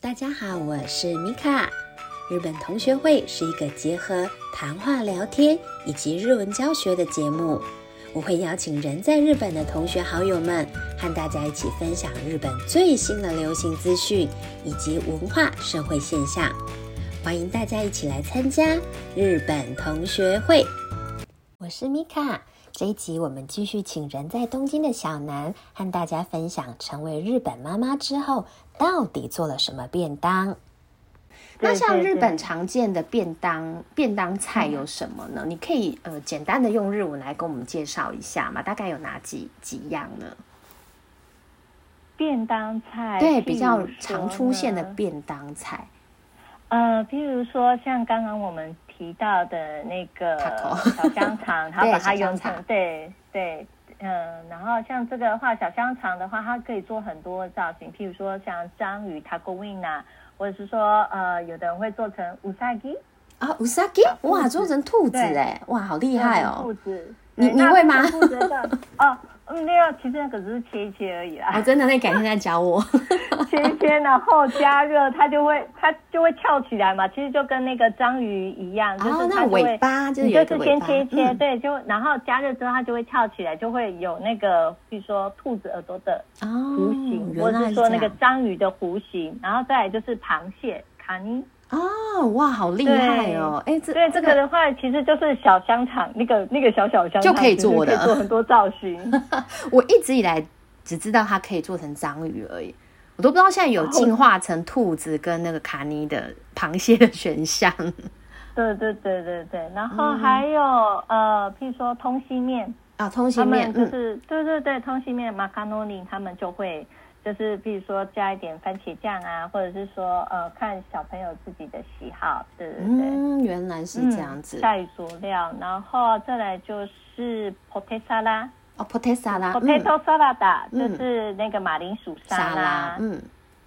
大家好，我是米卡。日本同学会是一个结合谈话聊天以及日文教学的节目。我会邀请人在日本的同学好友们，和大家一起分享日本最新的流行资讯以及文化社会现象。欢迎大家一起来参加日本同学会。我是米卡。这一集我们继续请人在东京的小南和大家分享成为日本妈妈之后到底做了什么便当。那像日本常见的便当便当菜有什么呢？你可以呃简单的用日文来跟我们介绍一下嘛？大概有哪几几样呢？便当菜，对，譬比较如说常出现的呢便当菜，呃，譬如说像刚刚我们提到的那个 Taco 小香 肠，然后对把它小香用成肠对对，嗯，然后像这个的话，小香肠的话，它可以做很多造型，譬如说像章鱼 taco wing 啊，或者是说呃，有的人会做成五塞鸡，啊乌萨吉，哇，兔子做成兔子嗯对哎，哇，好厉害兔哦！子，你对你那会这个吗兔子的哦，嗯，那要其实那个只是切一切而已啦哦，，真的，那改天再教 我。切一切，然后加热，它就会它就会跳起来嘛。其实就跟那个章鱼一样，就哦是，它那就会、尾巴就是你有一就个是尾先巴，切一切，嗯对，就然后加热之后，它就会跳起来，就会有那个，比如说兔子耳朵的哦弧形，，或原者来是是说这那个样。章鱼的弧形，然后再来就是螃蟹卡尼。哦，哇，好厉害哦！哎，这对这个的话，其实就是小香肠，那个那个小小香肠就可以其实做的可以做很多造 型。我一直以来只知道它可以做成章鱼而已，我都不知道现在有哦进化成兔子跟那个卡尼的螃蟹的选 项。对对对对对，然后嗯还有、呃，譬如说通心哦面，啊，通他心面们，就嗯，是、对对对，通心面马卡诺尼，他们就会就是比如说加一点番茄酱啊，或者是说呃看小朋友自己的喜好，对对对，嗯，原来是这样子。下雨佐料，然后再来就是 potato 沙拉哦，potato 沙拉，嗯， ，potato 沙拉达就嗯是那个马铃薯沙沙拉拉，，嗯，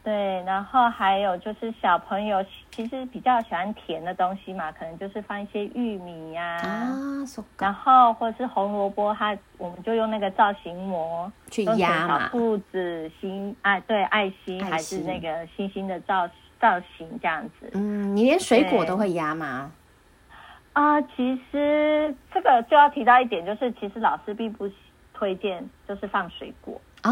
对，然后还有就是小朋友其实比较喜欢甜的东西嘛，可能就是放一些玉米呀、啊，手然后或者是红萝卜，它我们就用那个造型膜去用压嗯小嘛，兔子心爱对爱心爱还是心那个星星的造造型这样子嗯，你连水果都会压吗？啊、其实这个就要提到一点，就是其实老师并不推荐就是放水果，啊，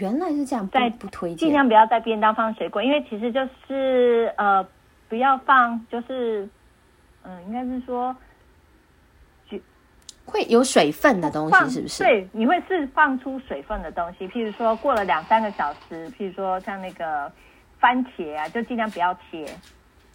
原来是这样，不在不推尽荐量不要在便当放水果，因为其实就是呃不要放，就是嗯、应该是说会有水分的东放西，是不是？对，你会释放出水分的东西，譬如说过了两三个小时，譬如说像那个番茄啊，就尽量不要切，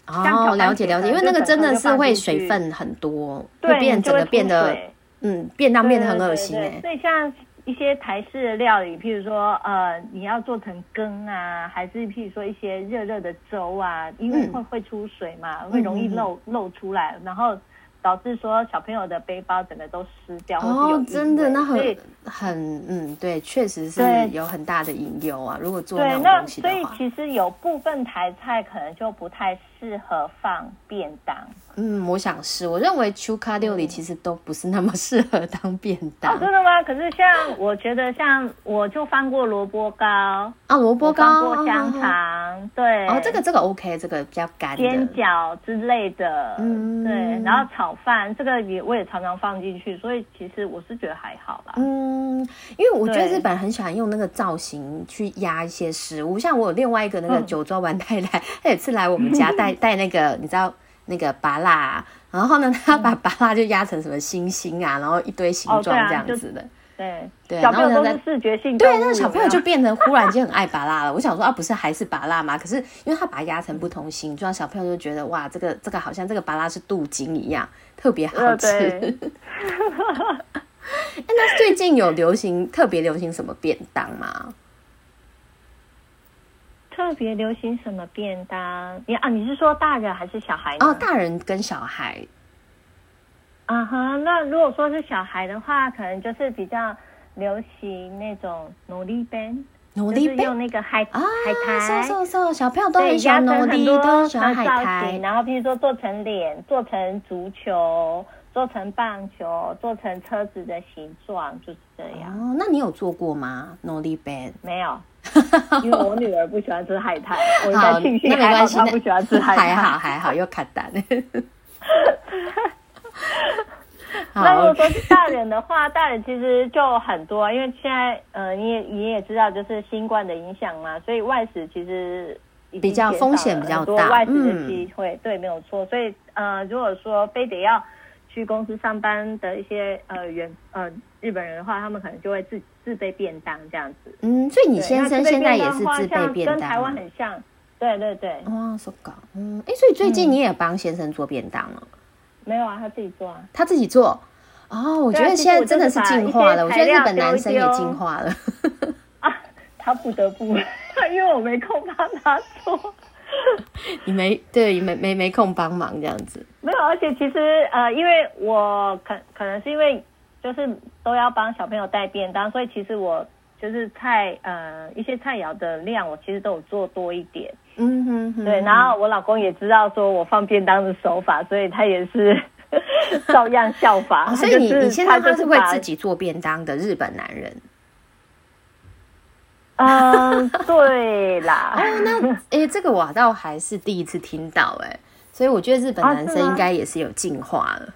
像哦，小番了解茄了解，可能因为那个就整真的颗就是放会进水去分很多，会对，变你就整会个出变得水嗯，便当变得很恶心对哎、对对对所以像一些台式的料理，譬如说呃，你要做成羹啊，还是譬如说一些热热的粥啊，因为嗯会、会出水嘛，会容易漏、漏出来，然后导致说小朋友的背包整个都湿掉，或是有哦，真的，异味那所以很很嗯，对，确实是对有很大的隐忧啊。如果做对，种那东西所的以话，其实有部分台菜可能就不太适合放便当。嗯，我想是，我认为秋咖料理其实都不是那么适合当便嗯哦当，真的吗？可是像我觉得像我就放过萝卜糕，啊。萝卜我放糕、啊过香肠，对，哦，这个这个 OK，这个比较干煎的，饺之类的，嗯对，然后炒饭这个也我也常常放进去，所以其实我是觉得还好啦。嗯，因为我觉得对日本很喜欢用那个造型去压一些食物，像我有另外一个那个嗯九州丸太 太，她有一次来我们 家带带那个你知道那个拔辣、啊，然后呢，她把拔辣就压成什么星星啊，然后一堆形嗯哦对状啊这样就子的，对，对小朋然后友都呢是视觉性动物，对，那小朋友有没就有变成忽然间很爱拔蜡了。我想说啊，不是还是拔蜡吗？可是因为他把它压成不同形状，小朋友就觉得哇，这个这个好像这个拔蜡是镀金一样，特别好呃吃。对 哎那最近有流行特别流行什么便当吗？特别流行什么便当？你啊，你是说大人还是小孩呢？哦，大人跟小孩啊哈，那如果说是小孩的话，可能就是比较流行那种努力边，努就力是呗用那个海、啊海，苔，瘦瘦瘦，小朋友都对，很喜欢压努成很力，多都喜欢海造苔型，。然后譬如说做成脸，做成足球，做成棒球，做成车子的形状，就是这样。哦，那你有做过吗？努力呗。没有，因为我女儿不喜欢吃海 苔，我应好，该那庆没幸还好关系，她不喜欢吃 海还苔。好还好，又卡 单。那如好果，说是大人的话， 大人其实就很多，因为现在呃，你也你也知道，就是新冠的影响嘛，所以外食其实已经比较减少了风险比较很多大外食的嗯机会、对，没有错。所以呃，如果说非得要去公司上班的一些呃员呃日本人的话，他们可能就会自自备便当这样子。嗯，所以你对先那生自备现在便也当是的话自备像便跟台当湾吗。很像。对对对，哇，so 搞，嗯，哎，所以最近你也帮先生做便当了，没有啊，他自己做啊。他自己做。哦，我觉对啊得其现在实我真就的是是把进一化些了，我觉材得日料本丢男一生也丢进化了。啊，他不得不， 因为我没空帮他做。你没对，没没没空帮忙这样子。没有，而且其实呃，因为我可可能是因为就是都要帮小朋友带便当，所以其实我就是菜呃一些菜肴的量，我其实都有做多一点。嗯哼哼，对，然后我老公也知道说我放便当的手法，所以他也是照样效法。哦所以你就是你现他在他就是是会把自己做便当的日本男人。嗯，对 啦。哦那诶，这个我倒还是第一次听到诶，所以我觉得日本啊男是生应吗该也是有进化了。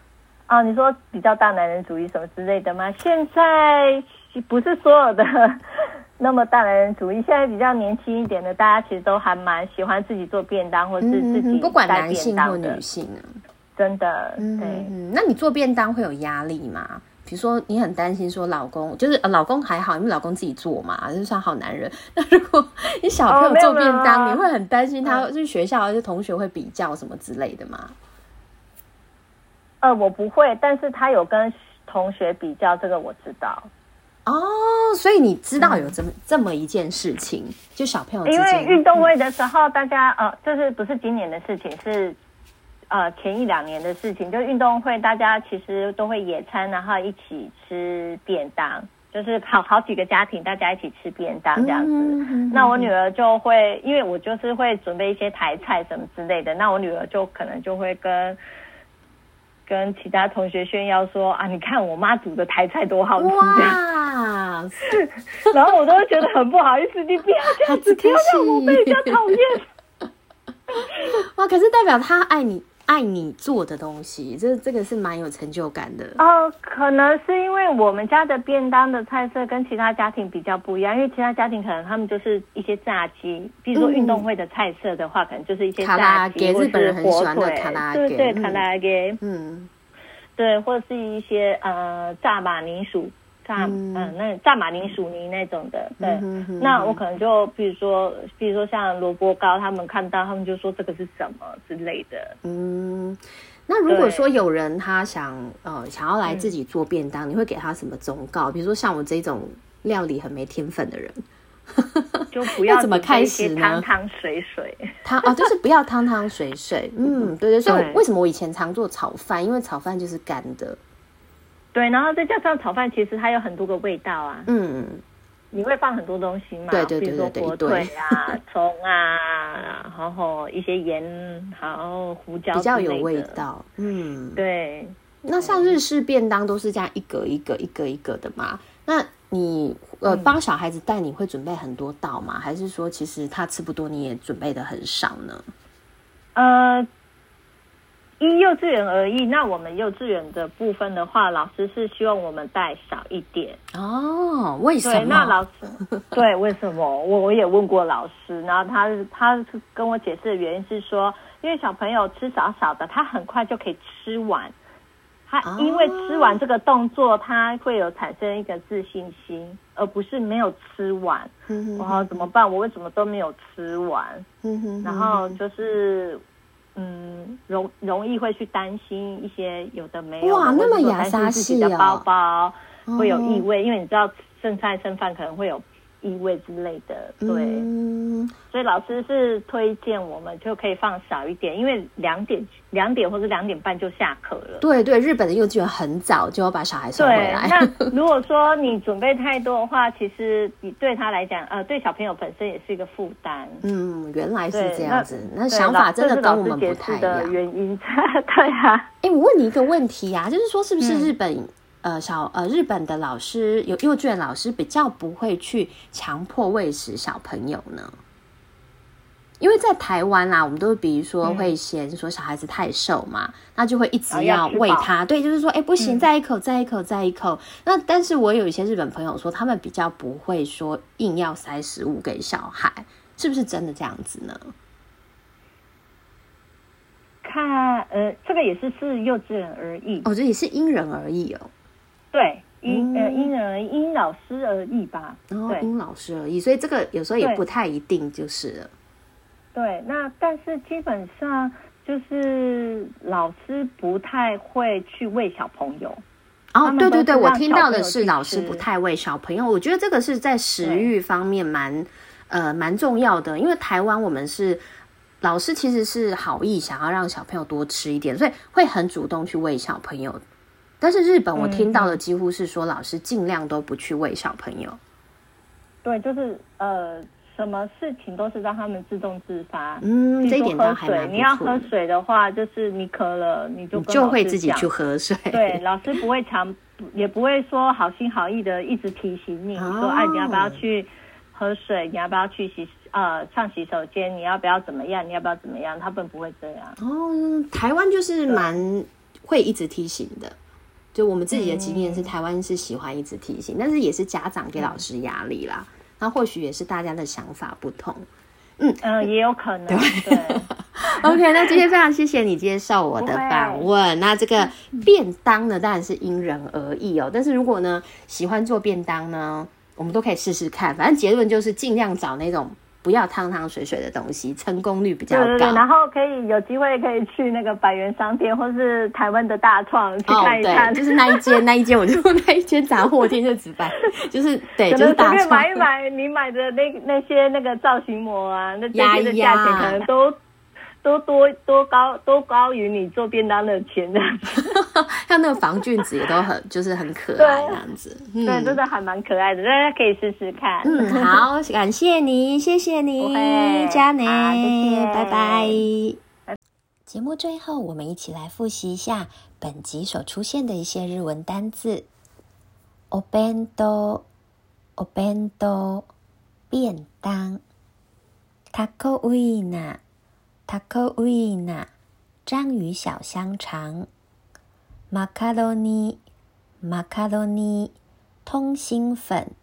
啊，你说比较大男人主义什么之类的吗？现在不是所有的 那么大男人主义，现在比较年轻一点的，大家其实都还蛮喜欢自己做便当，或是自嗯己哼，不管带男便性当或的女性啊。真的，嗯对。哼哼，那你做便当会有压力吗？比如说，你很担心说老公，就是、呃、老公还好，因为老公自己做嘛，就算好男人。 那如果你小朋哦友没有做便当，没有啊你会很担心他就是学校就同学会比较什么之类的吗？呃，我不会，但是他有跟同学比较，这个我知道，哦，所以你知道有这么、这么一件事情，就小朋友之嗯因为间运动会的时候，大家呃，就是不是今年的事情，是呃前一两年的事情，就运动会大家其实都会野餐，然后一起吃便当，就是好好几个家庭大家一起吃便当这样子。嗯哼那我女儿就会，因为我就是会准备一些台菜什么之类的，那我女儿就可能就会跟。跟其他同学炫耀说啊，你看我妈煮的台菜多好吃，这样哇， 然后我都会觉得很不好意思，你不要 这样子，不要让我被人家讨厌。哇，可是代表他爱你爱你做的东西，这这个是蛮有成就感的。哦，可能是因为我们家的便当的菜色跟其他家庭比较不一样，因为其他家庭可能他们就是一些炸鸡，比如说运动会的菜色的话，可能就是一些嗯卡炸拉鸡 OK，或日本是人很喜火欢的腿卡拉，对 OK，对，嗯卡拉 OK，嗯，对，或是一些呃炸马铃薯。炸嗯嗯、那炸马铃薯泥那种的，对，嗯哼哼那我可能就比如说，比如说像萝卜糕，他们看到他们就说这个是什么之类的，嗯，那如果对嗯说有人他想呃想要来自己做便当，你会给他什么忠告？比如说像我这种料理很没天分的人，就不要那怎么准备开一始些呢汤汤水水。汤啊、就是不要汤汤水水。嗯，对对，所以对我为什么我以前常做炒饭？因为炒饭就是干的。对，然后再加上炒饭，其实它有很多个味道啊，嗯，你会放很多东西嘛，对对比如说对对对火对腿 啊、葱啊，然后一些盐，然后胡椒比较有之类的味。道。嗯，对，那像日式便当都是这样一格一格一格一格的嘛？那你呃帮小孩子带，你会准备很多道吗？还是说其实他吃不多，你也准备的很少呢？呃，依幼稚园而异，那我们幼稚园的部分的话，老师是希望我们带少一点。哦，为什对，么？那老 师，对，为什么？我我也问过老师，然后他他是跟我解释的原因是说，因为小朋友吃少少的，他很快就可以吃完。他哦因为吃完这个动作，他会有产生一个自信心，而不是没有吃完。嗯然后怎么办？我为什么都没有吃完？哼哼然哼后就是，嗯，容容易会去担心一些有的没有的，哇或者那么说雅担莎心自己系的哦包包会有嗯异味，因为你知道剩菜剩饭可能会有异味之类的，对，嗯所以老师是推荐我们就可以放少一点，因为两点两点或者两点半就下课了。对对，日本的幼稚园很早就要把小孩送回对，来。 那如果说你准备太多的话，其实你对他来讲，呃，对小朋友本身也是一个负担。嗯，原来是对，这样子，那对想法老真这的是跟老我师们解不释太一的样。原因，对啊， 哎，我问你一个问题呀、就是说是不是嗯日本、呃小呃日本的老师有幼稚园老师比较不会去强迫喂食小朋友呢？因为在台湾啊啦，我们都比如说嗯会嫌说小孩子太瘦嘛，那就会一直哦要要吃喂饱他，对，就是说，哎，不行，嗯再一口，再一口，再一口。那但是我有一些日本朋友说，他们比较不会说硬要塞食物给小孩，是不是真的这样子呢？看呃，这个也是视幼稚园而异，哦，这也是因人而异哦，对，因、呃嗯哦因人而异因老师而异吧，然后对因老师而异，所以这个有时候也对不太一定就是了。对，那但是基本上就是老师不太会去喂小朋友，哦他，们对对都对，是我让听小到朋的友是去老师不吃太喂小朋友，我觉得这个是在食对育方面蛮呃蛮重要的，因为台湾我们是老师其实是好意想要让小朋友多吃一点，所以会很主动去喂小朋友。但是日本我听到嗯的几乎是说老师尽量都不去喂小朋友。对，就是呃，什么事情都是让他们自动自发。嗯，这一比点如说倒喝还水，蛮你要不错喝的。水的话，就是你渴了，你就你跟就老会师自己讲去喝水，对，老师不会强，也不会说好心好意的一直提醒你、哦说，哎，你要不要去喝水？你要不要去洗呃上洗手间？你要不要怎么样？你要不要怎么样？他们不会这 样。哦，台湾就是蛮会一直提醒的，就我们自己的经验是，台湾是喜欢一直提醒，但是也是家长给老师压力啦。那或许也是大家的想法不同。嗯、也有可 能。对， OK，那今天 非常谢谢你接受我的访问。那这个便当呢，当然是因人而异哦。但是如果呢喜欢做便当呢，我们都可以试试看。反正结论就是尽量找那种不要汤汤水水的东西，成功率比较对高。对对。然后可以有机会可以去那个百元商店或是台湾的大创去看一看，哦对，就是那一间那一间，我就 那一间杂货店就只摆， 就是对，可就是能随大便创买一买，你买的那那些那个造型膜啊，那这哎呀些的价钱呀可能都都多多高都高于你做便当的钱的，像那个防菌纸也都很就是很可爱对这样子， 对，真嗯的还蛮可爱的，大家可以试试看。嗯， 好，感谢你，谢谢不你会，啊佳妮好谢谢，拜拜。节目最后，我们一起来复习一下本集所出现的一些日文单字：お弁当、お弁当、便当、タコウイナ、タコウイナ、章鱼小香肠、マカロニ、マカロニ、通心粉、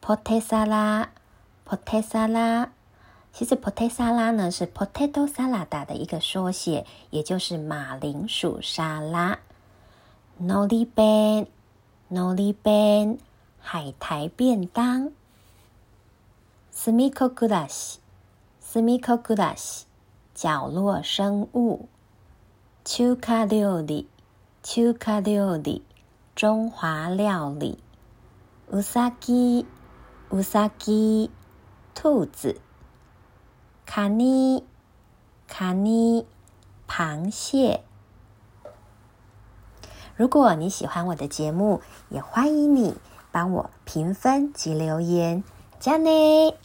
ポテサラ、ポテサラ。其实 potato 沙拉呢是 potato salad 的一个缩写，也就是马铃薯沙拉。nori ban nori ban 海苔便当。smiko gulash smiko gulash 角落生物。中華料理中華料理中华料理。うさぎうさぎ兔子。卡尼，卡尼，螃蟹。如果你喜欢我的节目，也欢迎你帮我评分及留言，加内。